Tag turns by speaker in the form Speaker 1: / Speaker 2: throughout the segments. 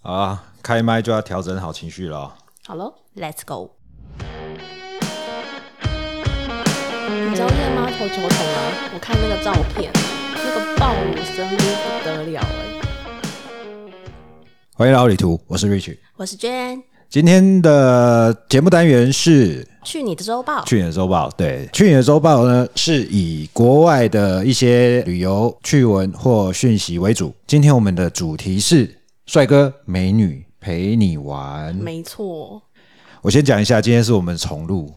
Speaker 1: 好啊，开麦就要调整好情绪了哦。
Speaker 2: 好喽，Let's go。你知道夜猫头球童吗？我看那个照片，那个爆乳声音不得了哎、
Speaker 1: 欢迎来到旅途，我是 Rich。
Speaker 2: 我是 Jane，
Speaker 1: 今天的节目单元是
Speaker 2: 去你的周报。
Speaker 1: 去年的周报，对，去年的周报呢是以国外的一些旅游趣闻或讯息为主。今天我们的主题是帅哥美女陪你玩。
Speaker 2: 没错，
Speaker 1: 我先讲一下，今天是我们重录，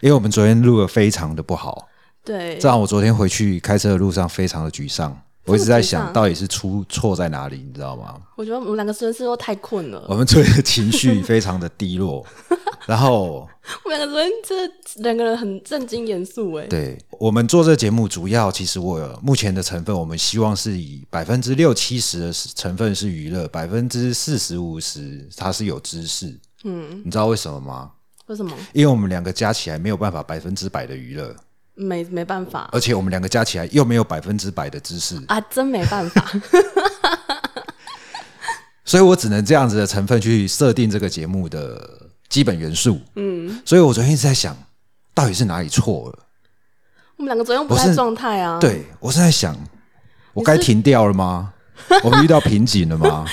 Speaker 1: 因为我们昨天录的非常的不好。
Speaker 2: 对
Speaker 1: 这，让我昨天回去开车的路上非常的沮丧。我一直在想到底是出错在哪里，你知道吗？
Speaker 2: 我觉得我们两个真的是都太困了。
Speaker 1: 我们昨天的情绪非常的低 落，然后
Speaker 2: 我们两个昨天这两个人很正经严肃哎，
Speaker 1: 对我们做这节目主要其实我有目前的成分，我们希望是以百分之六七十的成分是娱乐，百分之四十五十它是有知识。嗯，你知道为什么吗？
Speaker 2: 为什么？
Speaker 1: 因为我们两个加起来没有办法百分之百的娱乐，
Speaker 2: 没没办法
Speaker 1: 而且我们两个加起来又没有百分之百的知识，
Speaker 2: 啊，真没办 法。
Speaker 1: 所以我只能这样子的成分去设定这个节目的基本元素。嗯，所以我昨天一直在想，到底是哪里错了？
Speaker 2: 我们两个昨天不
Speaker 1: 我
Speaker 2: 在
Speaker 1: 是
Speaker 2: 状态啊，，
Speaker 1: 对我是在想，我该停掉了 吗？我们遇到瓶颈了吗？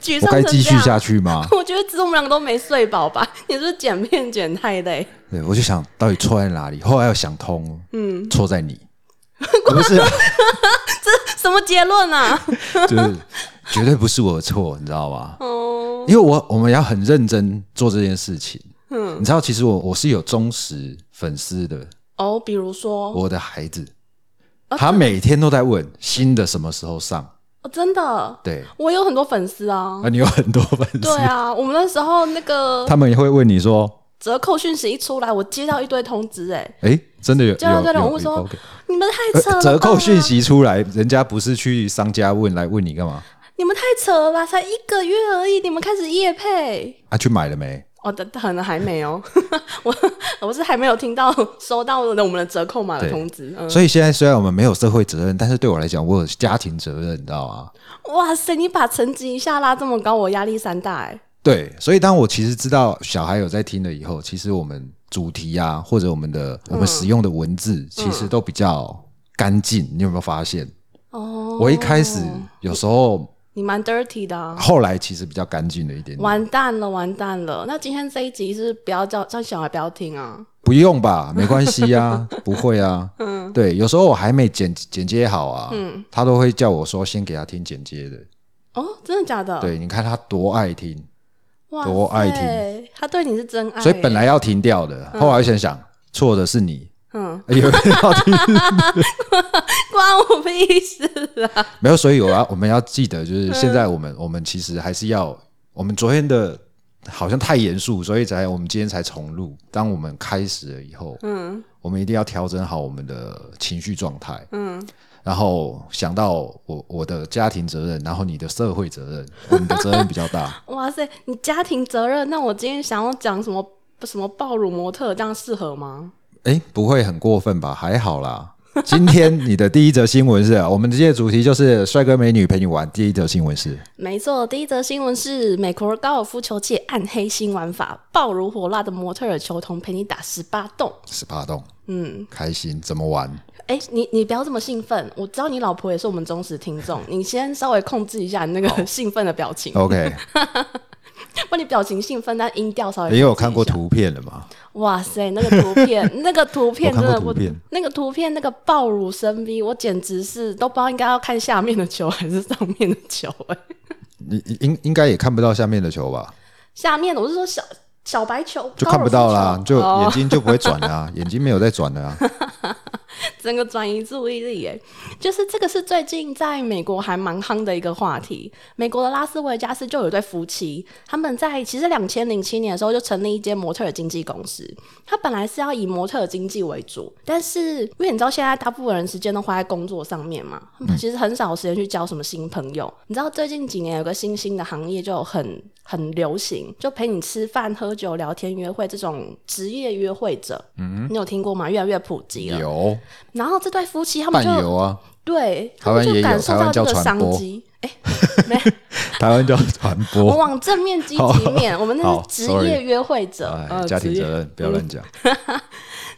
Speaker 2: 沮
Speaker 1: 我
Speaker 2: 丧
Speaker 1: 该
Speaker 2: 成
Speaker 1: 继
Speaker 2: 这
Speaker 1: 续
Speaker 2: 样。
Speaker 1: 下去吗？
Speaker 2: 我觉得只是我们两个都没睡饱吧？你是不是剪片剪太累？
Speaker 1: 对，我就想到底错在哪里？后来又想通，嗯，错在 你，不是啊，
Speaker 2: 什么结论啊？
Speaker 1: 就是绝对不是我的错，你知道吗？
Speaker 2: 哦，
Speaker 1: 因为我我们要很认真做这件事情。嗯，你知道，其实我我是有忠实粉丝的，
Speaker 2: 哦，啊比如说，
Speaker 1: 我的孩子，他每天都在问新的什么时候上。
Speaker 2: 哦，真的，
Speaker 1: 对
Speaker 2: 我有很多粉丝啊。
Speaker 1: 啊，你有很多粉丝
Speaker 2: 哦对，啊，我们那时候那个
Speaker 1: 他们也会问你说
Speaker 2: 折扣讯息一出来，我接到一堆通知、哎，：“
Speaker 1: 诶，真的有
Speaker 2: 就要
Speaker 1: 有
Speaker 2: 对了
Speaker 1: 有
Speaker 2: 我会说哎
Speaker 1: 有 OK
Speaker 2: 你们太扯了、
Speaker 1: 呃折扣讯，息出来，人家不是去商家问来问你干嘛
Speaker 2: 你们太扯了吧，才一个月而已，你们开始夜配。
Speaker 1: 啊？去买了没？
Speaker 2: 哦，等可能还没哦， 我我是还没有听到收到我们的折扣码的
Speaker 1: 对
Speaker 2: 通知。嗯，
Speaker 1: 所以现在虽然我们没有社会责任，但是对我来讲，我有家庭责任，你知道吗？
Speaker 2: 哇塞，你把成绩一下拉这么高，我压力山大哎、
Speaker 1: 对，所以当我其实知道小孩有在听了以后，其实我们主题啊，或者我们的我们使用的文字，
Speaker 2: 嗯
Speaker 1: 其实都比较干净。你有没有发现？
Speaker 2: 哦，
Speaker 1: 我一开始有时候，
Speaker 2: 你蛮 dirty 的、啊。
Speaker 1: 后来其实比较干净了一点点。
Speaker 2: 完蛋了，完蛋了！那今天这一集是不要叫叫小孩不要听啊。
Speaker 1: 不用 吧，没关系啊，不会啊。嗯，对，有时候我还没剪剪接好啊，
Speaker 2: 嗯
Speaker 1: 他都会叫我说先给他听剪接的。
Speaker 2: 哦，真的假的？，
Speaker 1: 对，你看他多爱听，
Speaker 2: 哇
Speaker 1: 多爱
Speaker 2: 听！他对你是真爱欸。
Speaker 1: 所以本来要停掉的，后来我想想，错的是你。
Speaker 2: 嗯，
Speaker 1: 有 没有听？
Speaker 2: 关我屁事啊！
Speaker 1: 没有，所以我要我们要记得，就是现在我们
Speaker 2: 嗯
Speaker 1: 我们其实还是要，我们昨天的好像太严肃，所以才我们今天才重录。当我们开始了以后，
Speaker 2: 嗯，，
Speaker 1: 我们一定要调整好我们的情绪状态，嗯，然后想到我我的家庭责任，然后你的社会责任，我们的责任比较大
Speaker 2: 哇塞，你家庭责任？那我今天想要讲什么什么暴乳模特，这样适合吗？
Speaker 1: 诶，不会很过分吧？还好啦。今天你的第一则新闻是，啊我们今天的主题就是帅哥美女陪你玩。第一则新闻是，
Speaker 2: 没错，第一则新闻是美国高尔夫球界暗黑新玩法，暴乳火辣的模特儿球童陪你打十八洞。
Speaker 1: 十八洞，
Speaker 2: 嗯，
Speaker 1: 开心怎么玩？
Speaker 2: 哎、你你不要这么兴奋，我知道你老婆也是我们忠实听众，你先稍微控制一下你那个兴奋的表情，
Speaker 1: OK，
Speaker 2: 不然你表情兴奋，但音调稍微。
Speaker 1: 也有看过。图片了嘛？
Speaker 2: 哇塞，那个 图片，那个图片
Speaker 1: 我
Speaker 2: 真
Speaker 1: 看过
Speaker 2: 的
Speaker 1: 图
Speaker 2: 我
Speaker 1: 片，
Speaker 2: 那个图片那个爆乳声逼，我简直是都不知道应该要看下面的球还是上面的球哎、
Speaker 1: 你你应应该也看不到下面的球吧？
Speaker 2: 下面的我是说小小白球，
Speaker 1: 就看不到
Speaker 2: 高尔
Speaker 1: 啦
Speaker 2: 夫，球
Speaker 1: 就
Speaker 2: 哦
Speaker 1: 眼睛就不会转啦、 眼睛没有在转了啊。
Speaker 2: 整个转移注意力，哎，就是这个是最近在美国还蛮夯的一个话题。美国的拉斯维加斯就有一对夫妻，他们在其实两千零七年的时候就成立一间模特儿经纪公司。他本来是要以模特儿经纪为主，但是因为你知道现在大部分人时间都花在工作上面嘛，其实很少时间去交什么新朋友。你知道最近几年有个新兴的行业就很很流行，就陪你吃饭、喝酒、聊天、约会这种职业约会者。嗯，你有听过吗？越来越普及了。
Speaker 1: 有
Speaker 2: 然后这对夫妻他们
Speaker 1: 伴
Speaker 2: 就
Speaker 1: 游啊，
Speaker 2: 对，
Speaker 1: 台
Speaker 2: 他
Speaker 1: 湾
Speaker 2: 们
Speaker 1: 也
Speaker 2: 就
Speaker 1: 有
Speaker 2: 感受
Speaker 1: 台湾
Speaker 2: 到
Speaker 1: 叫
Speaker 2: 这个
Speaker 1: 传播
Speaker 2: 商机。
Speaker 1: 台湾叫传
Speaker 2: 我
Speaker 1: 播。
Speaker 2: 往正面积极 面，我们那
Speaker 1: 好
Speaker 2: 是职
Speaker 1: sorry
Speaker 2: 业约会者，
Speaker 1: 哎，
Speaker 2: 呃
Speaker 1: 家庭
Speaker 2: 职业
Speaker 1: 责任不要乱讲。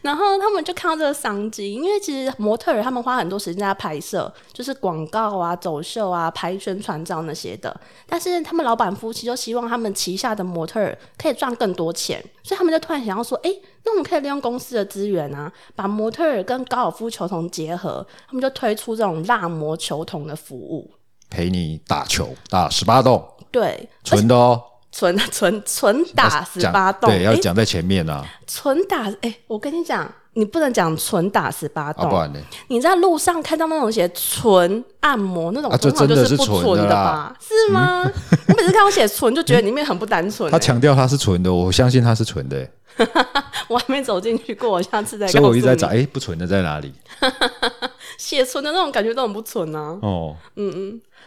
Speaker 2: 然后他们就看到这个商机，因为其实模特儿他们花很多时间在拍摄，就是广告啊、走秀啊、拍宣传照那些的。但是他们老板夫妻就希望他们旗下的模特儿可以赚更多钱，所以他们就突然想要说：“哎，那我们可以利用公司的资源啊，把模特儿跟高尔夫球童结合。”他们就推出这种辣模球童的服务。
Speaker 1: 陪你打球，打十八洞，
Speaker 2: 对，
Speaker 1: 纯的哦。
Speaker 2: 纯纯纯打十
Speaker 1: 讲
Speaker 2: 八洞，
Speaker 1: 对，要
Speaker 2: 诶
Speaker 1: 讲在前面啊，
Speaker 2: 纯打，哎、我跟你讲，你不能讲纯打十八
Speaker 1: 啊，
Speaker 2: 洞
Speaker 1: 不，然呢？
Speaker 2: 你在路上看到那种写纯按摩那种，
Speaker 1: 啊这
Speaker 2: 通常就
Speaker 1: 真的是
Speaker 2: 不
Speaker 1: 纯
Speaker 2: 纯
Speaker 1: 的啦嗯
Speaker 2: 吧？是吗？ 我每次看到写纯，就觉得里面很不单纯、
Speaker 1: 他
Speaker 2: 欸。
Speaker 1: 强调他是纯的，我相信他是纯的，
Speaker 2: 我还没走进去过，我下次再告诉
Speaker 1: 所以
Speaker 2: 你。
Speaker 1: 我一直在找，哎，不纯的在哪里？
Speaker 2: 写纯的那种感觉都很不纯啊。
Speaker 1: 哦，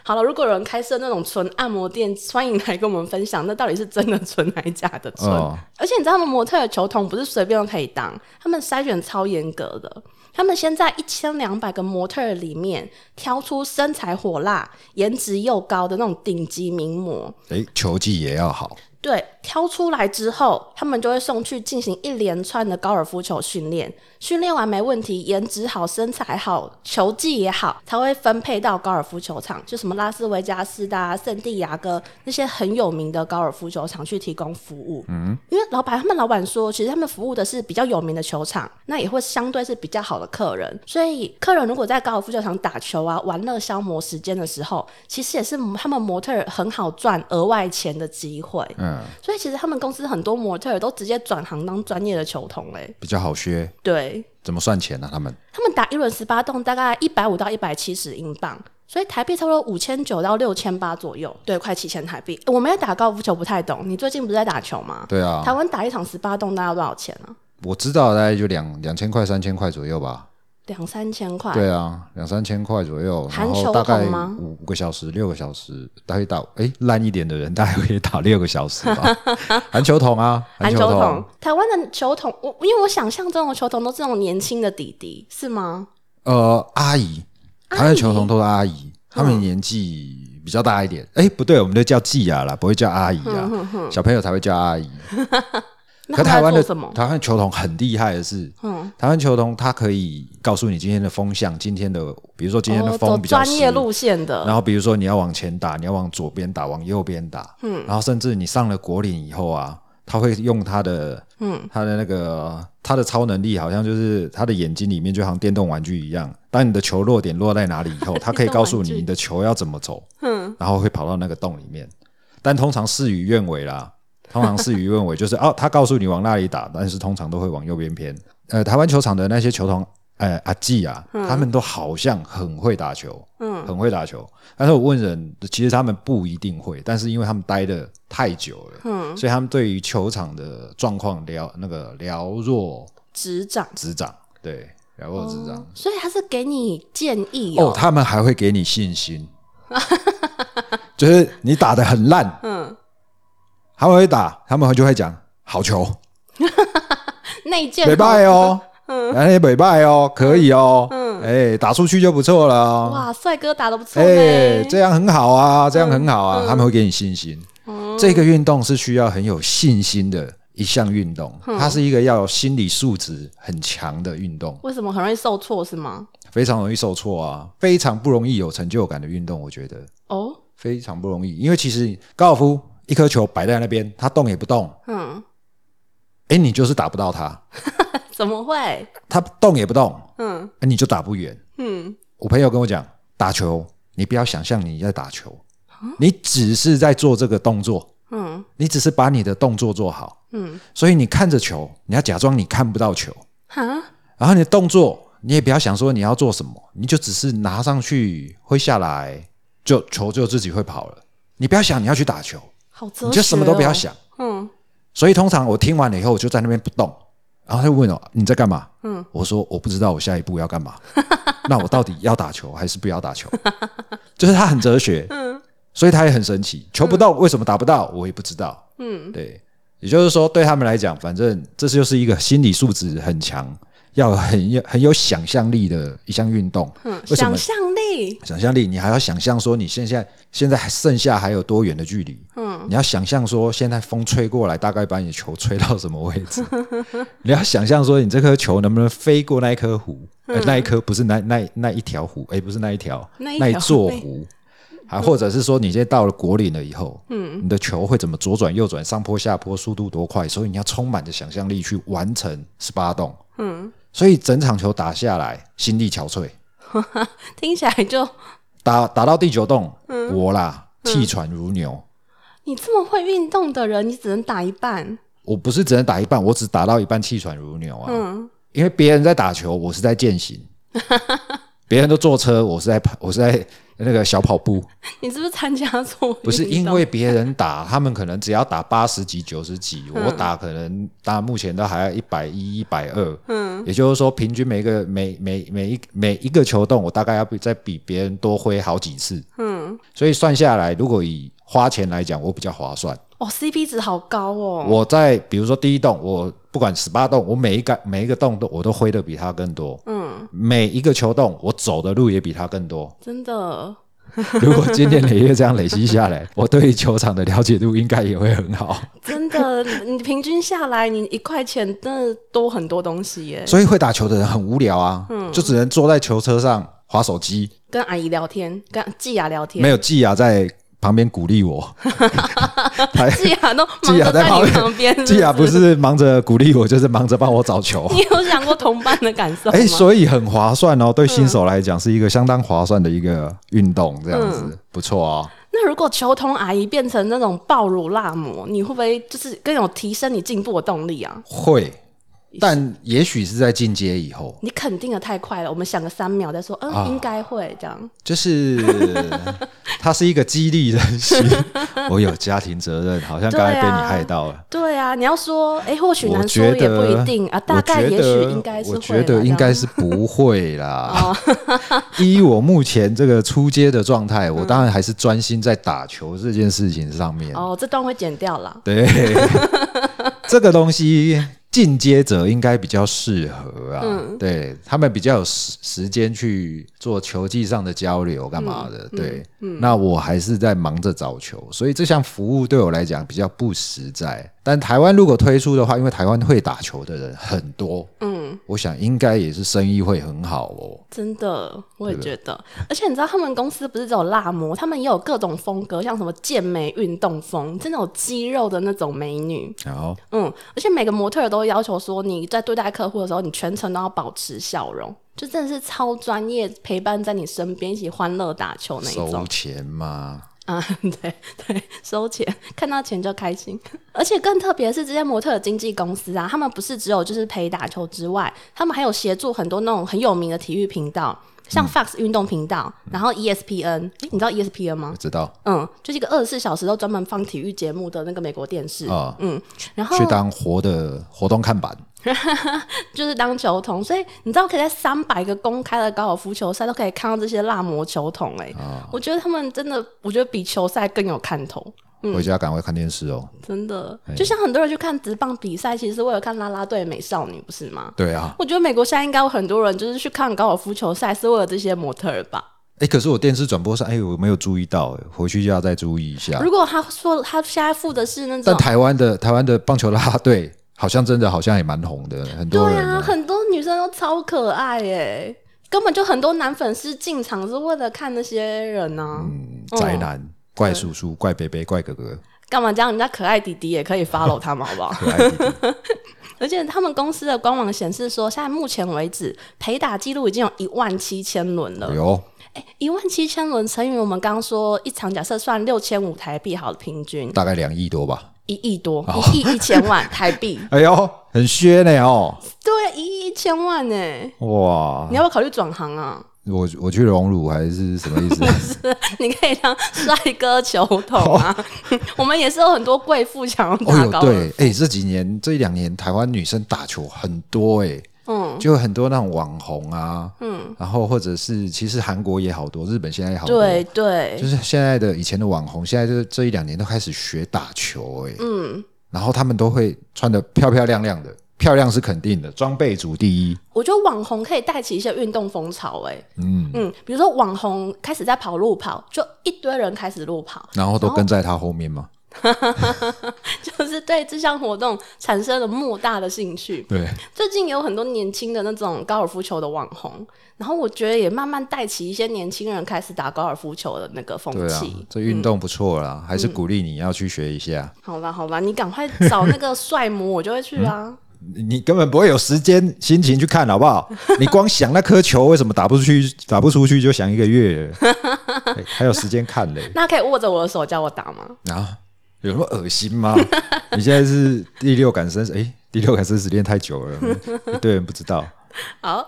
Speaker 2: 好了，如果有人开设那种纯按摩店，欢迎来跟我们分享，那到底是真的纯还是假的纯？
Speaker 1: 哦
Speaker 2: 而且你知道，他们模特的球童不是随便都可以当，他们筛选超严格的。他们先在一千两百个模特儿里面挑出身材火辣、颜值又高的那种顶级名模，
Speaker 1: 哎，球技也要好，
Speaker 2: 对，挑出来之后，他们就会送去进行一连串的高尔夫球训练。训练完没问题，颜值好、身材好、球技也好，才会分配到高尔夫球场，就什么拉斯维加斯的、啊、圣地亚哥那些很有名的高尔夫球场去提供服务。嗯，因为老板他们老板说，其实他们服务的是比较有名的球场，那也会相对是比较好的客人。所以客人如果在高尔夫球场打球啊、玩乐消磨时间的时候，其实也是他们模特儿很好赚额外钱的机会。
Speaker 1: 嗯，
Speaker 2: 所以其实他们公司很多模特儿都直接转行当专业的球童嘞。
Speaker 1: 比较好学。
Speaker 2: 对
Speaker 1: 怎么算钱呢、啊他们
Speaker 2: 他们打一轮十八洞，大概一百五到一百七十英镑，所以台币差不多五千九到六千八左右，对，快七千台币。诶我们在打高尔夫球不太懂，你最近不是在打球吗？
Speaker 1: 对啊
Speaker 2: 台，湾打一场十八洞大概多少钱啊？
Speaker 1: 我知道大概就两两千块、三千块左右吧。
Speaker 2: 两三千块。
Speaker 1: 对啊，两三千块左右，
Speaker 2: 含
Speaker 1: 然后
Speaker 2: 球
Speaker 1: 大概
Speaker 2: 桶吗
Speaker 1: 五五个小时、六个小时，大概打哎烂一点的人 大概可以打六个小时吧。 含球筒啊，含
Speaker 2: 篮球
Speaker 1: 球
Speaker 2: 筒
Speaker 1: 筒，，
Speaker 2: 台湾的球童，我因为我想象中的球童都是那种年轻的弟弟，是吗？
Speaker 1: 呃，阿姨，
Speaker 2: 阿姨嗯
Speaker 1: 台湾球童都是阿姨，他们年纪比较大一点。哎、不对，我们就叫季雅啦，不会叫阿姨啊，小朋友才会叫阿姨。
Speaker 2: 嗯那
Speaker 1: 可
Speaker 2: 他
Speaker 1: 台
Speaker 2: 们
Speaker 1: 湾
Speaker 2: 在
Speaker 1: 的
Speaker 2: 做什么？
Speaker 1: 台湾球童很厉害的是，
Speaker 2: 嗯，
Speaker 1: 台湾球童他可以告诉你今天的风向，今天的比如说今天的
Speaker 2: 哦走
Speaker 1: 风比较
Speaker 2: 专
Speaker 1: 湿。
Speaker 2: 业路线的，
Speaker 1: 然后，比如说你要往前打，你要往左边打，往右边打，嗯，然后甚至你上了国岭以后啊，他会用他的，嗯，他的那个他的超能力，好像就是他的眼睛里面就好像电动玩具一样，当你的球落点落在哪里 以后，他可以告诉你
Speaker 2: 电动玩具
Speaker 1: 你的球要怎么走，嗯，然后会跑到那个洞里面，但通常事与愿违啦，通常事与愿违就是哦，他告诉你往那里打，但是通常都会往右边偏。呃，台湾球场的那些球童，呃，阿季啊，他们都好像很会打球，嗯，很会打球。但是我问人，其实他们不一定会，但是因为他们待的太久了，嗯，所以他们对于球场的状况了那个了若
Speaker 2: 执掌。
Speaker 1: 指掌，对，了若指掌。
Speaker 2: 所以他是给你建议
Speaker 1: 哦
Speaker 2: 哦，
Speaker 1: 他们还会给你信心，就是你打的很烂，
Speaker 2: 嗯，
Speaker 1: 他们会打，他们就会讲好球，
Speaker 2: 内建
Speaker 1: 北拜 哦，
Speaker 2: 嗯
Speaker 1: 哎，北拜哦，可以哦，哎，打出去就不错了哦，
Speaker 2: 哇，帅哥打的不错呢、
Speaker 1: 哎，这样很好
Speaker 2: 嗯
Speaker 1: 啊，这样很好啊，他们会给你信心。
Speaker 2: 哦
Speaker 1: 这个运动是需要很有信心的一项运动，
Speaker 2: 嗯
Speaker 1: 它是一个要有心理素质很强的运动，
Speaker 2: 为什么很容易受挫是吗？
Speaker 1: 非常容易受挫啊，非常不容易有成就感的运动，我觉得
Speaker 2: 哦，
Speaker 1: 非常不容易，因为其实高尔夫一颗球摆在那边，它动也不动，
Speaker 2: 嗯，
Speaker 1: 哎，你就是打不到它，
Speaker 2: 怎么会？
Speaker 1: 它动也不动，
Speaker 2: 嗯
Speaker 1: 哎你就打不远。
Speaker 2: 嗯，
Speaker 1: 我朋友跟我讲，打球你不要想象你在打球，
Speaker 2: 啊
Speaker 1: 你只是在做这个动作，
Speaker 2: 嗯，
Speaker 1: 你只是把你的动作做好，嗯，所以你看着球，你要假装你看不到球，
Speaker 2: 哈，
Speaker 1: 然后你的动作你也不要想说你要做什么，你就只是拿上去挥下来，就球就自己会跑了，你不要想你要去打球，
Speaker 2: 好哲学、哦，
Speaker 1: 你就什么都不要。想。
Speaker 2: 嗯，
Speaker 1: 所以通常我听完了以后，我就在那边不动，然后他就问我你在干嘛？嗯，我说我不知道我下一步要干嘛， 那我到底要打球还是不要打球？就是他很哲学，嗯，所以他也很神奇，球不到为什么打不到，我也不知道，嗯，对，也就是说对他们来讲，反正这就是一个心理素
Speaker 2: 嗯
Speaker 1: 质很强，要很有很有想象力的一项运动，为什么
Speaker 2: 想象力，
Speaker 1: 想象力，你还要想象说你现在现在还剩下还有多远的距离？嗯，你要想象说现在风吹过来，大概把你的球吹到什么位置？ 你要想象说你这颗球能不能飞过那一颗湖？呃那一颗不是那那那一条湖，哎、不是那一条，
Speaker 2: 那一
Speaker 1: 一
Speaker 2: 条
Speaker 1: 座
Speaker 2: 那
Speaker 1: 湖。还或者是说，你现在到了果岭了以后，嗯，你的球会怎么左转右转、上坡下坡，速度多快？所以你要充满着想象力去完成十八洞，嗯，所以整场球打下来，心力憔悴，
Speaker 2: 听起来就
Speaker 1: 打打到第九洞，我啦气喘如牛。
Speaker 2: 你这么会运动的人，你只能打一半。
Speaker 1: 我不是只能打一半，我只打到一半气喘如牛啊。因为别人在打球，我是在健行；别人都坐车，我是在跑，我是在那个小跑步。
Speaker 2: 你是不是参加错？
Speaker 1: 不是因为别人打，他们可能只要打八十几、九十几，我打可能打目前都还要一百一、一百二。嗯，也就是说，平均每个每每每一每一个球洞，我大概要比再比别人多挥好几次。嗯，所以算下来，如果以花钱来讲，我比较划算。
Speaker 2: 哦，CP 值好高哦。
Speaker 1: 我在比如说第一栋，我不管十八栋，我每一个每一个洞都我都挥的比他更多，嗯，每一个球洞我走的路也比他更多。
Speaker 2: 真的，
Speaker 1: 如果今年累月这样累积下来，我对于球场的了解度应该也会很好，
Speaker 2: 真的， 你平均下来，你一块钱真的多很多东西耶。
Speaker 1: 所以会打球的人很无聊啊，就只能坐在球车上划手机，
Speaker 2: 跟阿姨聊天，跟季雅聊天，
Speaker 1: 没有季雅在旁边鼓励我，还
Speaker 2: 季雅都忙
Speaker 1: 季雅
Speaker 2: 着在
Speaker 1: 旁
Speaker 2: 你
Speaker 1: 边
Speaker 2: 旁边，
Speaker 1: 季雅不
Speaker 2: 是
Speaker 1: 是忙着鼓励我，就是忙着帮我找球
Speaker 2: 不。是？ 你有想过同伴的感受吗？
Speaker 1: 哎、所以很划算哦，对新手来讲是一个相当划算的一个运动，这样子、不错哦。
Speaker 2: 那如果球童阿姨变成那种爆乳辣模，你会不会就是更有提升你进步的动力啊？
Speaker 1: 会，但也许是在进阶以后，
Speaker 2: 你肯定的太快了，我们想个三秒再说，嗯，
Speaker 1: 啊
Speaker 2: 应该会这样。
Speaker 1: 就是 它是一个激励人 心。我有家庭责任，好像刚才被
Speaker 2: 对啊
Speaker 1: 你害到了。
Speaker 2: 对啊，你要说，哎、或许
Speaker 1: 我
Speaker 2: 难说
Speaker 1: 觉
Speaker 2: 也
Speaker 1: 得
Speaker 2: 不一定啊，大概
Speaker 1: 我觉
Speaker 2: 也
Speaker 1: 得
Speaker 2: 许应该是会啊
Speaker 1: 我
Speaker 2: 啦。
Speaker 1: 觉得
Speaker 2: 这
Speaker 1: 应
Speaker 2: 样
Speaker 1: 该是不会啦。
Speaker 2: 哦
Speaker 1: 依我目前这个出街的状态，
Speaker 2: 嗯
Speaker 1: 我当然还是专心在打球这件事情上面。
Speaker 2: 哦，这段会剪掉啦。
Speaker 1: 对， 这个东西进阶者应该比较适合啊，
Speaker 2: 嗯
Speaker 1: 对他们比较有时时间去做球技上的交流干嘛
Speaker 2: 嗯
Speaker 1: 的，对，那我还是在忙着找球，所以这项服务对我来讲比较不实在。但台湾如果推出的话，因为台湾会打球的人很多，嗯，我想应该也是生意会很好哦。
Speaker 2: 真的，我也觉得。而且你知道，他们公司不是只有辣模，他们也有各种风格，像什么健美、运动风，真的有肌肉的那种美女。
Speaker 1: 好，
Speaker 2: 嗯，而且每个模特儿都要求说，你在对待客户的时候，你全程都要保持笑容，就真的是超专业，陪伴在你身边，一起欢乐打球那一种
Speaker 1: 收。钱嘛，
Speaker 2: 啊， 对对，收钱，看到钱就开心。 而且更特别的是，这些模特的经纪公司啊，他们不是只有就是陪打球之外，他们还有协助很多那种很有名的体育频道，像 Fox 运动频道，然后 E ESPN，、诶你知道 E ESPN 吗
Speaker 1: 我？知道
Speaker 2: 嗯，就是一个二十四小时都专门放体育节目的那个美国电视，
Speaker 1: 啊，
Speaker 2: 然后
Speaker 1: 去当活的活动看板。
Speaker 2: 就是当球童，所以你知道可以在三百个公开的高尔夫球赛都可以看到这些辣模球童、诶，哎、
Speaker 1: 啊
Speaker 2: 我觉得他们真的，我觉得比球赛更有看头。
Speaker 1: 回家赶快看电视哦。
Speaker 2: 真的，就像很多人去看职棒比赛，其实是为了看啦啦队美少女，不是吗？
Speaker 1: 对啊，
Speaker 2: 我觉得美国现在应该有很多人就是去看高尔夫球赛，是为了这些模特儿吧。
Speaker 1: 哎、可是我电视转播上，哎、我没有注意到、哎，回去就要再注意一下。
Speaker 2: 如果他说他现在付的是那
Speaker 1: 啊但
Speaker 2: 种，
Speaker 1: 台湾的台湾的棒球啦啦队，好像真的好像也蛮红的，很多
Speaker 2: 对
Speaker 1: 人、
Speaker 2: 啊，
Speaker 1: 啊。
Speaker 2: 很多女生都超可爱耶，根本就很多男粉丝进场是为了看那些人呢、啊
Speaker 1: 嗯
Speaker 2: 哦
Speaker 1: 宅男、怪叔叔、怪伯伯、怪哥哥、
Speaker 2: 干嘛这样？人家可爱弟弟也可以 follow 他们，好不 好？
Speaker 1: 可 爱弟弟，
Speaker 2: 而且他们公司的官网显示说，现在目前为止陪打记录已经有一万七千轮了
Speaker 1: 哎。呦，
Speaker 2: 一万七千轮乘以我们刚刚说一场，假设算六千五台币好了，平均
Speaker 1: 大概两亿多吧。
Speaker 2: 一亿多，一亿一千万台币，
Speaker 1: 哎呦，很削呢哦，
Speaker 2: 对啊，一亿一千万呢、
Speaker 1: 哇！
Speaker 2: 你要不要考虑转行啊？
Speaker 1: 我我去荣辱还是什么意思？
Speaker 2: 你可以当帅哥球童啊！ 我们也是有很多贵妇想要
Speaker 1: 哦
Speaker 2: 打
Speaker 1: 哟，
Speaker 2: 高
Speaker 1: 对
Speaker 2: 尔，
Speaker 1: 哎、这几年这一两年台湾女生打球很多哎、
Speaker 2: 嗯，
Speaker 1: 就有很多那种网红啊，嗯，然后或者是其实韩国也好多，日本现在也好多，
Speaker 2: 对对
Speaker 1: 就是现在的以前的网红，现在就是哎这一两年都开始学打球、欸，嗯，然后他们都会穿的漂漂亮亮的，漂亮是肯定的，装备组第一。
Speaker 2: 我觉得网红可以带起一些运动风潮、欸，哎，嗯嗯，比如说网红开始在跑路跑，就一堆人开始路跑，
Speaker 1: 然后都跟在他后面吗？
Speaker 2: 就是对这项活动产生了莫大的兴趣。
Speaker 1: 对，
Speaker 2: 最近也有很多年轻的那种高尔夫球的网红，然后我觉得也慢慢带起一些年轻人开始打高尔夫球的那个风
Speaker 1: 对啊
Speaker 2: 气。，
Speaker 1: 这运动不错啦，还是鼓励你要去学一下。
Speaker 2: 好啦好啦，你赶快找那个帅模，我就会去啊。
Speaker 1: 你你根本不会有时间心情去看，好不好？你光想那颗球为什么打不出去，打不出去就想一个月了，哎还有时间看嘞？
Speaker 2: 那可以握着我的手叫我打吗？
Speaker 1: 啊，有那么恶心吗？ 你现在是第六感生死，哎、第六感生死练太久了， 一堆人不知道。
Speaker 2: 好，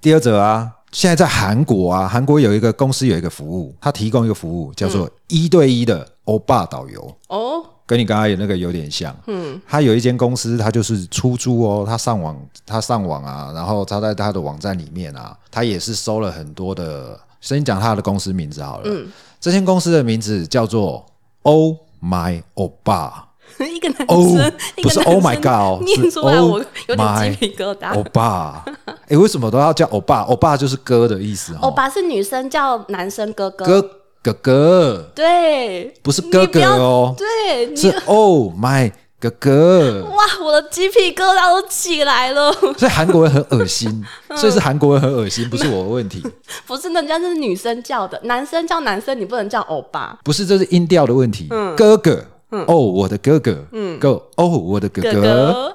Speaker 1: 第二者啊，现在在韩国啊，韩国有一个公司有一个服务，它提供一个服务叫做一对一的欧巴导游。
Speaker 2: 哦，
Speaker 1: 跟你刚才有那个有点像，嗯，他有一间公司，他就是出租哦，他上网，他上网啊，然后他在他的网站里面啊，他也是收了很多的，先讲他的公司名字好了，嗯，这间公司的名字叫做 Oh My Oba，
Speaker 2: 啊一个男
Speaker 1: 哦
Speaker 2: 生，一
Speaker 1: 不
Speaker 2: 个
Speaker 1: 是
Speaker 2: 男
Speaker 1: Oh my
Speaker 2: 生
Speaker 1: God，
Speaker 2: 念
Speaker 1: 是
Speaker 2: 出来
Speaker 1: Oh
Speaker 2: 我有点
Speaker 1: my
Speaker 2: 鸡皮疙瘩
Speaker 1: 欧。 巴，哎，为什么都要叫欧巴？欧巴就是哥的意思哦，
Speaker 2: 欧巴是女生叫男生哥哥，
Speaker 1: 哥哥哥，
Speaker 2: 对，
Speaker 1: 不是哥
Speaker 2: 你不
Speaker 1: 哥
Speaker 2: 要
Speaker 1: 哦，
Speaker 2: 对，你
Speaker 1: 是 Oh My 哥哥。
Speaker 2: 哇，我的鸡皮疙瘩都起来了。
Speaker 1: 所以韩国人很恶心，
Speaker 2: 嗯
Speaker 1: 所以是韩国人很恶心，不是我的问题，
Speaker 2: 不是，人家是女生叫的，男生叫男生，你不能叫欧巴。
Speaker 1: 不是这是音调的问题。
Speaker 2: 嗯
Speaker 1: 哥哥，哦，我的哥哥，嗯，哥，哦，我的哥
Speaker 2: 哥
Speaker 1: 哥。
Speaker 2: 哥，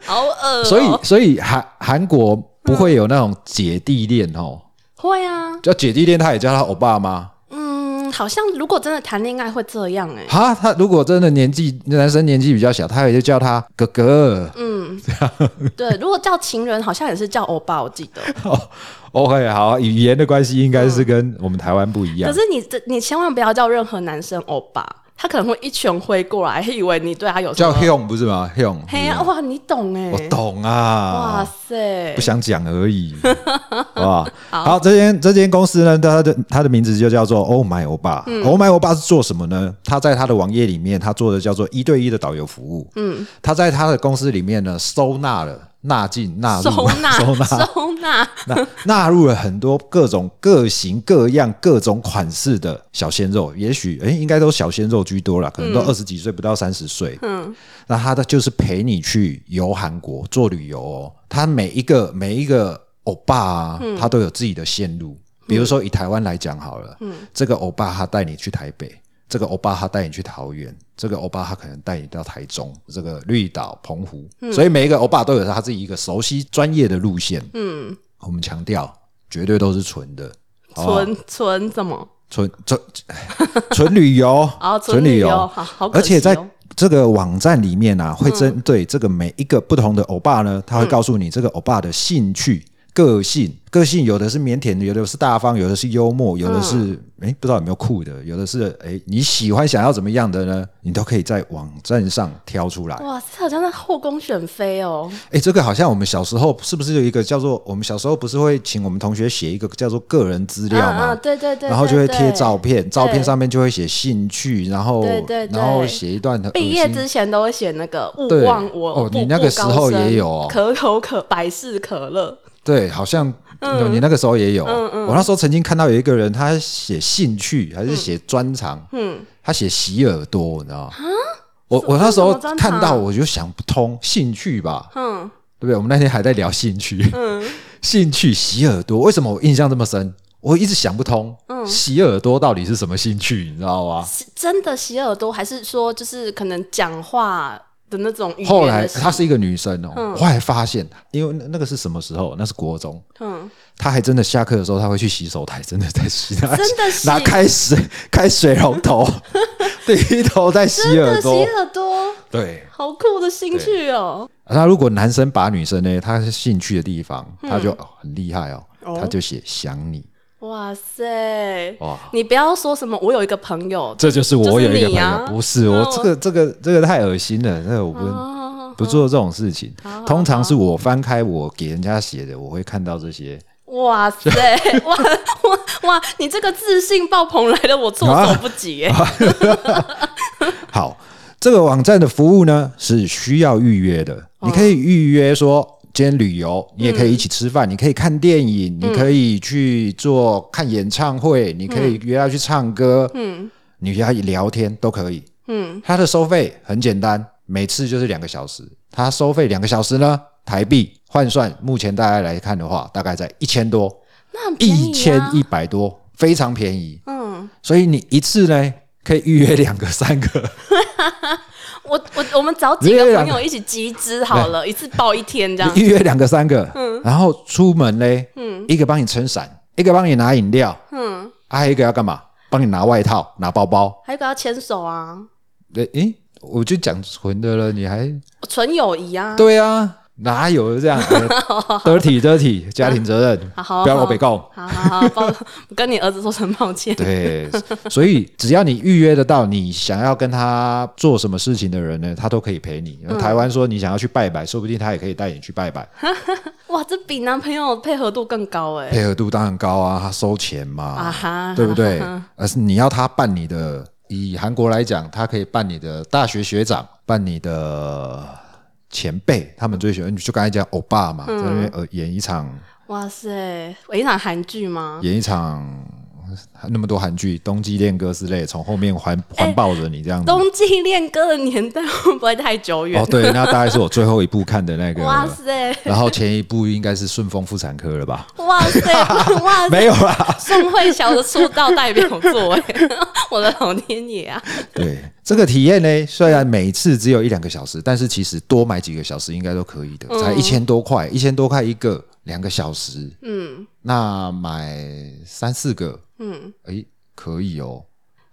Speaker 2: 好恶、哦。
Speaker 1: 所以，所以韩韩国不会有那种姐弟恋哦，
Speaker 2: 会啊，
Speaker 1: 叫姐弟恋，他也叫他欧巴吗？
Speaker 2: 嗯，好像如果真的谈恋爱会这样 哎、
Speaker 1: 哈，他如果真的年纪男生年纪比较小，他也就叫他哥哥。
Speaker 2: 嗯对，如果叫情人，好像也是叫欧巴，我记得。
Speaker 1: OK，好，语言的关系应该是跟我们台湾不一样
Speaker 2: 嗯可。是你这，你千万不要叫任何男生欧巴，他可能会一拳挥过来，以为你对他有什
Speaker 1: 叫
Speaker 2: 么。
Speaker 1: Hyung 不是吗？Hyung，
Speaker 2: 嘿呀、哇，你懂哎、
Speaker 1: 我懂啊。
Speaker 2: 哇塞
Speaker 1: 不，想讲而已，好吧？好，这间这间公司呢，它的它的名字就叫做 Oh My 欧巴。Oh My 欧巴是做什么呢？他在他的网页里面，他做的叫做一对一的导游服务。嗯，他在他的公司里面呢，收纳了、纳进、纳入、
Speaker 2: 收纳，
Speaker 1: 啊 收纳、
Speaker 2: 收纳，
Speaker 1: 那纳入了很多各种各型各样各种款式的小鲜肉，也许诶、应该都小鲜肉居多啦，可能都二十几岁不到三十岁。嗯，那他的就是陪你去游韩国做旅游哦，他每一个每一个欧巴啊，他都有自己的线路。比如说以台湾来讲好了，这个欧巴他带你去台北，这个欧巴他带你去桃园，这个欧巴他可能带你到台中，这个绿岛、澎湖，所以每一个欧巴都有他自己一个熟悉专业的路线。我们强调，绝对都是纯的，好啊不好
Speaker 2: 存存怎么？
Speaker 1: 纯纯 纯旅游
Speaker 2: 哦，，
Speaker 1: 纯
Speaker 2: 旅
Speaker 1: 游，
Speaker 2: 好好可
Speaker 1: 而且
Speaker 2: 惜
Speaker 1: 在
Speaker 2: 哦嗯
Speaker 1: 这个网站里面啊，会针对这个每一个不同的欧巴呢，他会告诉你这个欧巴的兴趣、个性。个性有的是腼腆的，有的是大方，有的是幽默，有的
Speaker 2: 嗯
Speaker 1: 是哎、诶不知道有没有酷的，有的是哎、诶你喜欢想要怎么样的呢？你都可以在网站上挑出来。
Speaker 2: 哇，这好像在后宫选妃哦。
Speaker 1: 哎，这个好像我们小时候是不是有一个叫做我们小时候不是会请我们同学写一个叫做个人资料吗？
Speaker 2: 嗯嗯，对对对，
Speaker 1: 然后就会
Speaker 2: 对
Speaker 1: 贴照。片，照片
Speaker 2: 对
Speaker 1: 上面就会写兴趣，然后
Speaker 2: 对对对
Speaker 1: 然后写一段很
Speaker 2: 对毕
Speaker 1: 恶
Speaker 2: 业
Speaker 1: 心
Speaker 2: 之前都会写那个勿
Speaker 1: 对
Speaker 2: 忘我
Speaker 1: 哦
Speaker 2: 步
Speaker 1: 你那个
Speaker 2: 步
Speaker 1: 时
Speaker 2: 高
Speaker 1: 候也
Speaker 2: 升
Speaker 1: 有哦
Speaker 2: 可口可百事可乐，
Speaker 1: 对，好像、
Speaker 2: 嗯
Speaker 1: 你那个时候也有、我那时候曾经看到有一个人，他写兴趣还是写专长，
Speaker 2: 嗯，
Speaker 1: 他写洗耳朵，你知道吗？我我
Speaker 2: 什
Speaker 1: 那时
Speaker 2: 什
Speaker 1: 候
Speaker 2: 么专
Speaker 1: 看到
Speaker 2: 长
Speaker 1: 我就想不通，兴趣吧，
Speaker 2: 嗯，
Speaker 1: 对不对？我们那天还在聊兴趣， 兴趣洗耳朵，为什么我印象这么深？我一直想不通，洗耳朵到底是什么兴趣，你知道吗？
Speaker 2: 是真的嗯洗耳朵，还是说就是可能讲话的那种语言的
Speaker 1: 后来
Speaker 2: 习
Speaker 1: 她是一个女生哦，后来发现，因为那那个是什么时候？那是国中，
Speaker 2: 嗯，
Speaker 1: 她还真的下课的时候，她会去洗手台，真的在洗，真
Speaker 2: 真的洗
Speaker 1: 拿开水 开水龙 头滴头在洗
Speaker 2: 真的
Speaker 1: 耳
Speaker 2: 洗
Speaker 1: 朵。
Speaker 2: 耳朵，
Speaker 1: 对，
Speaker 2: 好酷的兴趣哦。
Speaker 1: 那如果男生把女生呢，他兴趣的地方，
Speaker 2: 嗯
Speaker 1: 他就、哦很厉害哦，他就写想你
Speaker 2: 哇塞，
Speaker 1: 哇。
Speaker 2: 你不要说什么，我有一个朋友
Speaker 1: 这就是我有一个朋友，
Speaker 2: 就是你啊
Speaker 1: 不是我
Speaker 2: 那我
Speaker 1: 这个这个这个太恶心了，那个我不、
Speaker 2: 哦，
Speaker 1: 不做这种事情
Speaker 2: 好好。
Speaker 1: 通常是我翻开我给人家写的，我会看到这些。
Speaker 2: 哇塞， 哇哇哇，你
Speaker 1: 啊
Speaker 2: 欸这个自信爆棚来的，我措手不及耶。
Speaker 1: 好，这个网站的服务呢是需要预约的，
Speaker 2: 哦
Speaker 1: 你可以预约说今天旅游，你也可以一起吃
Speaker 2: 嗯
Speaker 1: 饭，你可以看电影，你可以去做看演唱
Speaker 2: 嗯
Speaker 1: 会，你可以约他去唱歌，嗯，你约他聊天都可以。
Speaker 2: 嗯，
Speaker 1: 它的收费很简单，每次就是两个小时，它收费两个小时呢，台币换算目前大家来看的话，大概在一千多，
Speaker 2: 那很便宜、啊，
Speaker 1: 一千一，百多，非常便宜。
Speaker 2: 嗯，
Speaker 1: 所以你一次呢可以预约两个、三个。
Speaker 2: 我我我们找几个朋友一起集资好了，一次报一天这样嗯
Speaker 1: 你，预约两个三个，然后出门嘞，一个帮你撑伞，一个帮你拿饮料，
Speaker 2: 嗯，
Speaker 1: 啊还有一个要干嘛？帮你拿外套、拿包包。
Speaker 2: 还有一个要牵手啊，
Speaker 1: 诶、诶我就讲纯的了，你还
Speaker 2: 纯友谊啊，
Speaker 1: 对啊？哪有 这样、哎 dirty dirty 家庭责任？
Speaker 2: 好啊好
Speaker 1: 不要
Speaker 2: 好
Speaker 1: 我被告。
Speaker 2: 好好好，抱我跟你儿子说声抱歉。
Speaker 1: 对，所以只要你预约得到你想要跟他做什么事情的人呢，他都可以陪你。
Speaker 2: 嗯
Speaker 1: 台湾说你想要去拜拜，说不定他也可以带你去拜 拜。
Speaker 2: 哇，这比男朋友配合度更高哎、
Speaker 1: 配合度当然高啊，他收钱嘛，
Speaker 2: 啊哈，
Speaker 1: 对不 对
Speaker 2: 啊哈？
Speaker 1: 而是你要他办你的，以韩国来讲，他可以办你的大学学长，办你的前辈，他们最喜欢就刚才讲欧巴
Speaker 2: 嗯
Speaker 1: 嘛，在那边呃演一场
Speaker 2: 哇塞，我一场韩剧吗？
Speaker 1: 演一场那么多韩剧，《冬季恋歌》之类，从后面环
Speaker 2: 哎
Speaker 1: 环抱着你这样子。
Speaker 2: 冬季恋歌的年代会不会太久远？
Speaker 1: 哦，对，那大概是我最后一部看的那个。
Speaker 2: 哇塞，
Speaker 1: 然后前一部应该是顺丰妇产科了 吧？
Speaker 2: 哇 塞，哇塞，
Speaker 1: 没有啦。
Speaker 2: 宋慧乔的出道代表作哎、 我的老天爷啊！
Speaker 1: 对，这个体验呢，虽然每次只有一两个小时，但是其实多买几个小时应该都可以的，才一千多块，一千多块一个，两个小时，
Speaker 2: 嗯
Speaker 1: 那买三四个，
Speaker 2: 嗯，
Speaker 1: 诶，可以哦，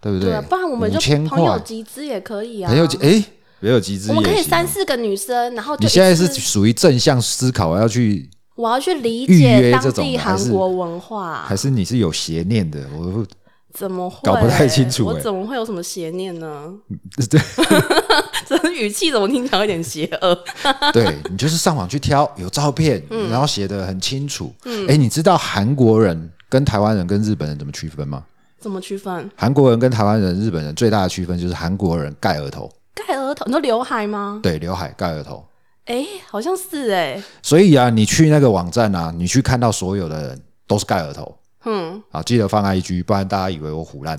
Speaker 1: 对不
Speaker 2: 对啊，不然我们就
Speaker 1: 5000
Speaker 2: 朋友
Speaker 1: 块，
Speaker 2: 集资也可以啊，
Speaker 1: 朋友集，哎，朋友集资
Speaker 2: 我们可以
Speaker 1: 也
Speaker 2: 三
Speaker 1: 行。啊
Speaker 2: 四个女生，然后就
Speaker 1: 你现在是
Speaker 2: 一次
Speaker 1: 属于正向思考，要去，
Speaker 2: 我要去理
Speaker 1: 预
Speaker 2: 解
Speaker 1: 约
Speaker 2: 当
Speaker 1: 这种
Speaker 2: 地
Speaker 1: 的还
Speaker 2: 韩
Speaker 1: 是
Speaker 2: 国文化
Speaker 1: 还，是你是有邪念的？我
Speaker 2: 怎么会
Speaker 1: 搞不太清楚
Speaker 2: 我
Speaker 1: 哎
Speaker 2: 怎么会有什么邪念呢？
Speaker 1: 对
Speaker 2: 这语气怎么听起来有点邪恶？
Speaker 1: 对你就是上网去挑有照片，
Speaker 2: 嗯
Speaker 1: 然后写的很清楚。哎，你知道韩国人跟台湾人跟日本人怎么区分吗？
Speaker 2: 怎么区分？
Speaker 1: 韩国人跟台湾人、日本人最大的区分就是韩国人盖额头，
Speaker 2: 盖额头？你说刘海吗？
Speaker 1: 对，刘海盖额头。
Speaker 2: 哎、好像是哎、
Speaker 1: 所以啊，你去那个网站啊，你去看到所有的人都是盖额头
Speaker 2: 嗯，
Speaker 1: 啊，记得放 IG，不然大家以为我胡烂。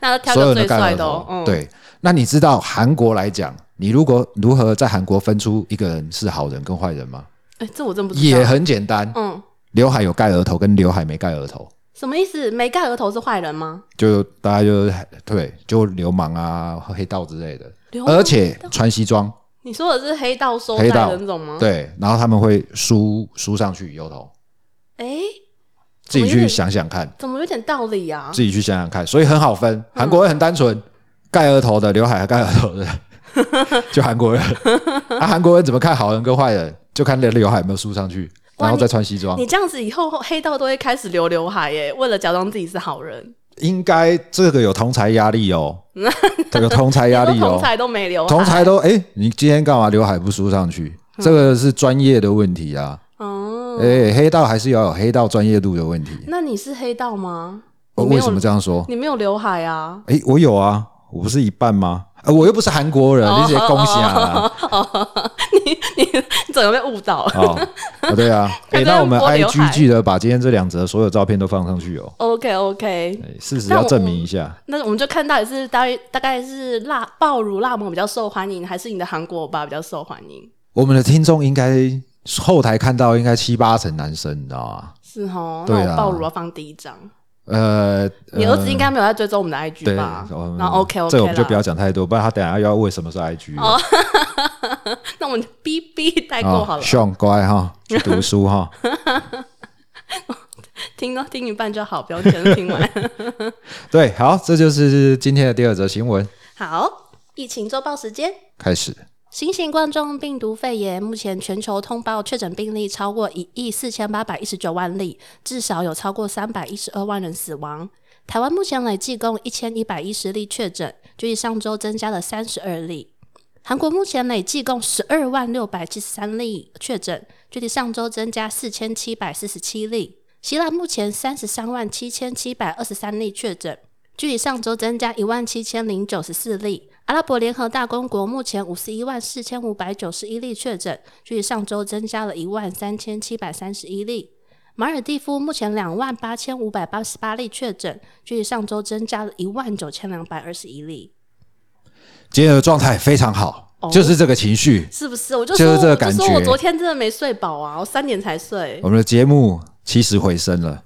Speaker 2: 那就挑
Speaker 1: 所有
Speaker 2: 个
Speaker 1: 人都
Speaker 2: 最
Speaker 1: 盖
Speaker 2: 帅
Speaker 1: 额
Speaker 2: 的哦
Speaker 1: 头。，
Speaker 2: 嗯，
Speaker 1: 对。那你知道韩国来讲，你如果如何在韩国分出一个人是好人跟坏人吗？
Speaker 2: 哎、这我真不知
Speaker 1: 也
Speaker 2: 道。
Speaker 1: 很简单，
Speaker 2: 嗯，
Speaker 1: 刘海有盖额头跟刘海没盖额头，
Speaker 2: 什么意思？没盖额头是坏人吗？
Speaker 1: 就大家就对，就流氓啊、黑道之类的，
Speaker 2: 流氓
Speaker 1: 而且穿西装。
Speaker 2: 你说的是黑道收债
Speaker 1: 黑道
Speaker 2: 的那种吗？，
Speaker 1: 对，然后他们会梳梳上去油头，
Speaker 2: 哎、
Speaker 1: 自己去想想看，
Speaker 2: 怎么有点道理啊？嗯
Speaker 1: 自己去想想看，所以很好分。韩国人很单纯，盖额头的、刘海盖额头的， 就韩国人。啊，韩国人怎么看好人跟坏人，就看那刘海有没有梳上去，
Speaker 2: 哇
Speaker 1: 然后
Speaker 2: 你
Speaker 1: 再穿西装
Speaker 2: 你。这样子以后黑道都会开始留刘海耶，为了假装自己是好人，
Speaker 1: 应该这个有同财压力哦， 这个同财压
Speaker 2: 很多
Speaker 1: 力
Speaker 2: 同
Speaker 1: 哦，
Speaker 2: 才都没留
Speaker 1: 同
Speaker 2: 海。
Speaker 1: 财都哎、你今天干嘛刘海不梳上去？
Speaker 2: 嗯
Speaker 1: 这个是专业的问题啊，
Speaker 2: 哦、
Speaker 1: 哎、黑道还是要有黑道专业度的问题。
Speaker 2: 那你是黑道吗？
Speaker 1: 呃
Speaker 2: 你没
Speaker 1: 为
Speaker 2: 有
Speaker 1: 什么这样说？
Speaker 2: 你没有刘海啊？
Speaker 1: 诶，我有啊，我不是一半吗？呃，我又不是韩国人，
Speaker 2: 哦
Speaker 1: 你直接恭喜 啊！
Speaker 2: 你怎么被误导了？
Speaker 1: 哦，哦对啊，
Speaker 2: 感
Speaker 1: 诶，
Speaker 2: 觉
Speaker 1: 那我们
Speaker 2: 很多刘海
Speaker 1: IG 记得把今天这两则所有照片都放上去哦。
Speaker 2: OK OK，
Speaker 1: 诶事实
Speaker 2: 但
Speaker 1: 要
Speaker 2: 我
Speaker 1: 证明一下，
Speaker 2: 那我们就看到底是大概大概是辣爆乳辣萌比较受欢迎，还是你的韩国欧巴比较受欢迎？
Speaker 1: 我们的听众应该后台看到应该七八成男生，你知道吗？
Speaker 2: 是哦，
Speaker 1: 对啊
Speaker 2: 那我爆乳要放第一张。
Speaker 1: 呃，
Speaker 2: 你儿子应该没有在追踪我们的
Speaker 1: 对，
Speaker 2: IG 吧？
Speaker 1: 嗯
Speaker 2: 然后 OK OK
Speaker 1: 这个我们就不要讲太多，不然他等一下又要问什么是啊 IG
Speaker 2: 哦
Speaker 1: 了。
Speaker 2: 那我们就逼逼代
Speaker 1: 哦
Speaker 2: 购好了，
Speaker 1: ，Sean 乖 哈，去读书哈。
Speaker 2: 听到听一半就好，不要全听 完。
Speaker 1: 对，好，这就是今天的第二则新闻，
Speaker 2: 好，疫情周报时间。
Speaker 1: 开始。
Speaker 2: 新型冠状病毒肺炎目前全球通报确诊病例超过一亿四千八百一十九万例，至少有超过三百一十二万人死亡。台湾目前累计共一千一百一十例确诊，距上周增加了三十二例。韩国目前累计共十二万六百七十三例确诊，距离上周增加四千七百四十七例。希腊目前三十三万七千七百二十三例确诊，距离上周增加一万七千零九十四例。阿拉伯联合大公国目前五十一万四千五百九十一例确诊，距上周增加了一万三千七百三十一例。马尔蒂夫目前两万八千五百八十八例确诊，距上周增加了一万九千两百二十一例。
Speaker 1: 今天的状态非常好，
Speaker 2: 哦
Speaker 1: 就是这个情绪。
Speaker 2: 是不是？我就
Speaker 1: 就
Speaker 2: 说，
Speaker 1: 是这个
Speaker 2: 我
Speaker 1: 感
Speaker 2: 就说我
Speaker 1: 觉
Speaker 2: 昨天真的没睡饱啊，我三点才睡。
Speaker 1: 我们的节目起死回生 了，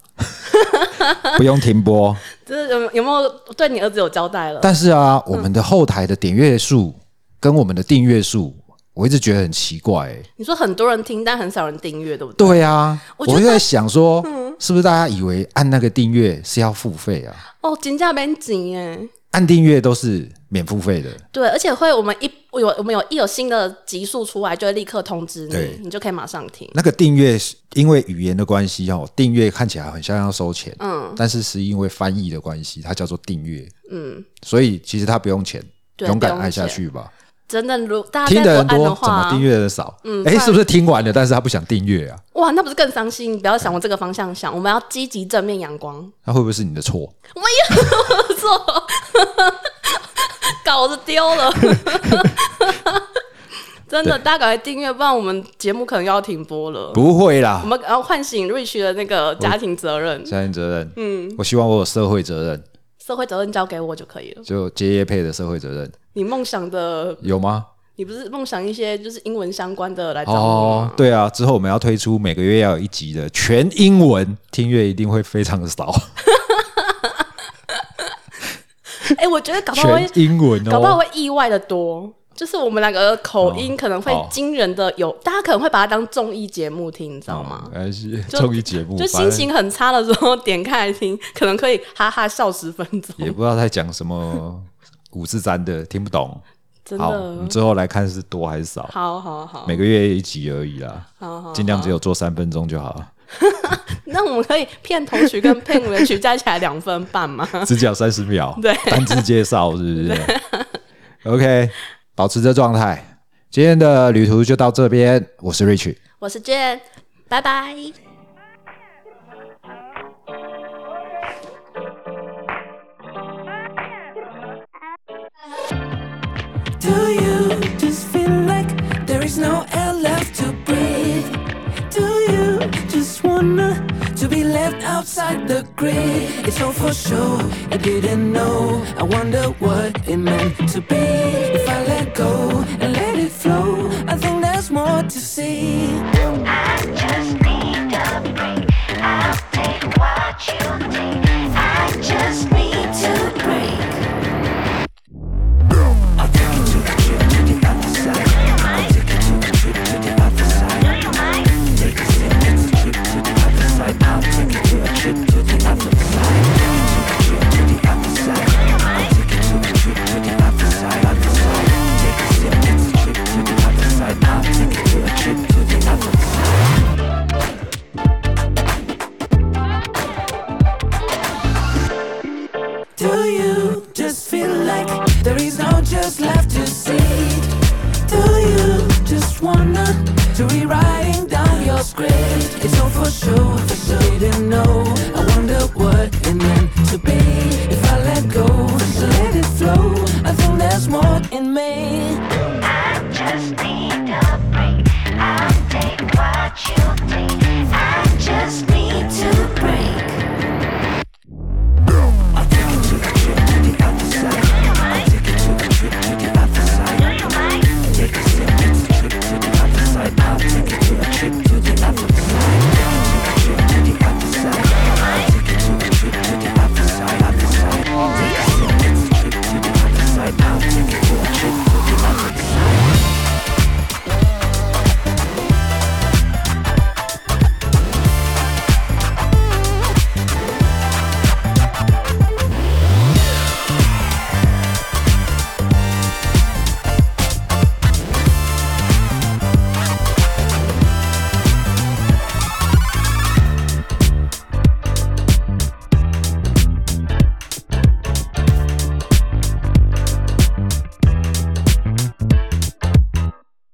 Speaker 1: 不用停
Speaker 2: 呃
Speaker 1: 播。
Speaker 2: 这有有没有对你儿子有交代了？
Speaker 1: 但是啊，我们的后台的点阅数跟我们的订阅数，我一直觉得很奇怪、欸。
Speaker 2: 你说很多人听，但很少人订阅，对不对？
Speaker 1: 对啊，我
Speaker 2: 我觉得嗯
Speaker 1: 就在想说，是不是大家以为按那个订阅是要付费啊？
Speaker 2: 哦，金价蛮紧耶。
Speaker 1: 按订阅都是免付费的，
Speaker 2: 对，而且会我们一有我们有一有新的集数出来，就会立刻通知
Speaker 1: 对
Speaker 2: 你，你就可以马上听。
Speaker 1: 那个订阅是因为语言的关系哦，订阅看起来很像要收钱，嗯，但是是因为翻译的关系，它叫做订阅，嗯，所以其实它不用钱，
Speaker 2: 对
Speaker 1: 勇敢
Speaker 2: 不用
Speaker 1: 按下
Speaker 2: 钱啊
Speaker 1: 去吧。
Speaker 2: 真的，如大家
Speaker 1: 听
Speaker 2: 再
Speaker 1: 的
Speaker 2: 不
Speaker 1: 人多，
Speaker 2: 按的
Speaker 1: 怎么
Speaker 2: 话
Speaker 1: 订，阅的人少？
Speaker 2: 嗯
Speaker 1: 哎、
Speaker 2: 不然
Speaker 1: 是不是听完了，但是他不想订阅啊？
Speaker 2: 哇，那不是更伤心？你不要想往这个方向想，我们要积极正面阳光，
Speaker 1: 那会不会是你的错？
Speaker 2: 稿子丢了。 真的，大家赶快订阅，不然我们节目可能又要停播了。
Speaker 1: 不会
Speaker 2: 我
Speaker 1: 啦，
Speaker 2: 们要唤醒 Rich 的那个家庭责任，
Speaker 1: 家庭责任。嗯，我希望我有社会责任，
Speaker 2: 社会责任交给我就可以了。
Speaker 1: 就接业配的社会责任
Speaker 2: 你梦想的，
Speaker 1: 有吗？
Speaker 2: 你不是梦想一些就是英文相关的来找我
Speaker 1: 哦
Speaker 2: 吗？，
Speaker 1: 对啊，之后我们要推出每个月要有一集的全英文，听乐一定会非常的少，
Speaker 2: 哎、我觉得搞不好会
Speaker 1: 全，英文
Speaker 2: 搞不好
Speaker 1: 哦。
Speaker 2: 会意外的多。就是我们两个口音可能会
Speaker 1: 哦
Speaker 2: 惊人的有，大家可能会把它当综艺节目听，你知道吗？
Speaker 1: 还哎是
Speaker 2: 就
Speaker 1: 综艺节目，
Speaker 2: 就
Speaker 1: 哦反正
Speaker 2: 心情很差的时候 点开来听，可能可以哈哈笑十分
Speaker 1: 也
Speaker 2: 钟。
Speaker 1: 不知道在讲什么五字三的，听不懂。
Speaker 2: 真
Speaker 1: 好，我们
Speaker 2: 的，
Speaker 1: 之后来看是多还是少，
Speaker 2: 好好好，
Speaker 1: 每个月一集而已啦，
Speaker 2: 好好。
Speaker 1: 尽量只有做三分钟就好了。
Speaker 2: 那我们可以片头曲跟 片尾曲加起来两分半吗？
Speaker 1: 只讲三十秒，
Speaker 2: 对
Speaker 1: 单字介绍是不是？OK，保持这状态，今天的旅途就到这边，我是 Rich。
Speaker 2: 我是 Jane，拜拜。
Speaker 3: Do you just feel like there is no air left to breathe? Do you just wanna to be left outside the grid? It's all for sure, I didn't know. I wonder what it meant to be. If I let go and let it flow, I think there's more to see.
Speaker 4: I just need a break. I'll take what you take. I just need to break. I'll take you to a trip to the other side. I'll take you to a trip to the other side. Take a sip, let's trip to the other side. I'll take you to a trip to the other side. Take a trip to the other side. I'll take you to a trip to the other side. Other side. Take a sip, let's trip to the other side. I'll take you to a trip to the other side.
Speaker 3: Do you just feel like there is no just left to see? Do you just wanna to rewriting down your script? It's all for sure, for sure. Didn't know. I wonder what it meant to be. If I let go, let it flow. I think there's more in me.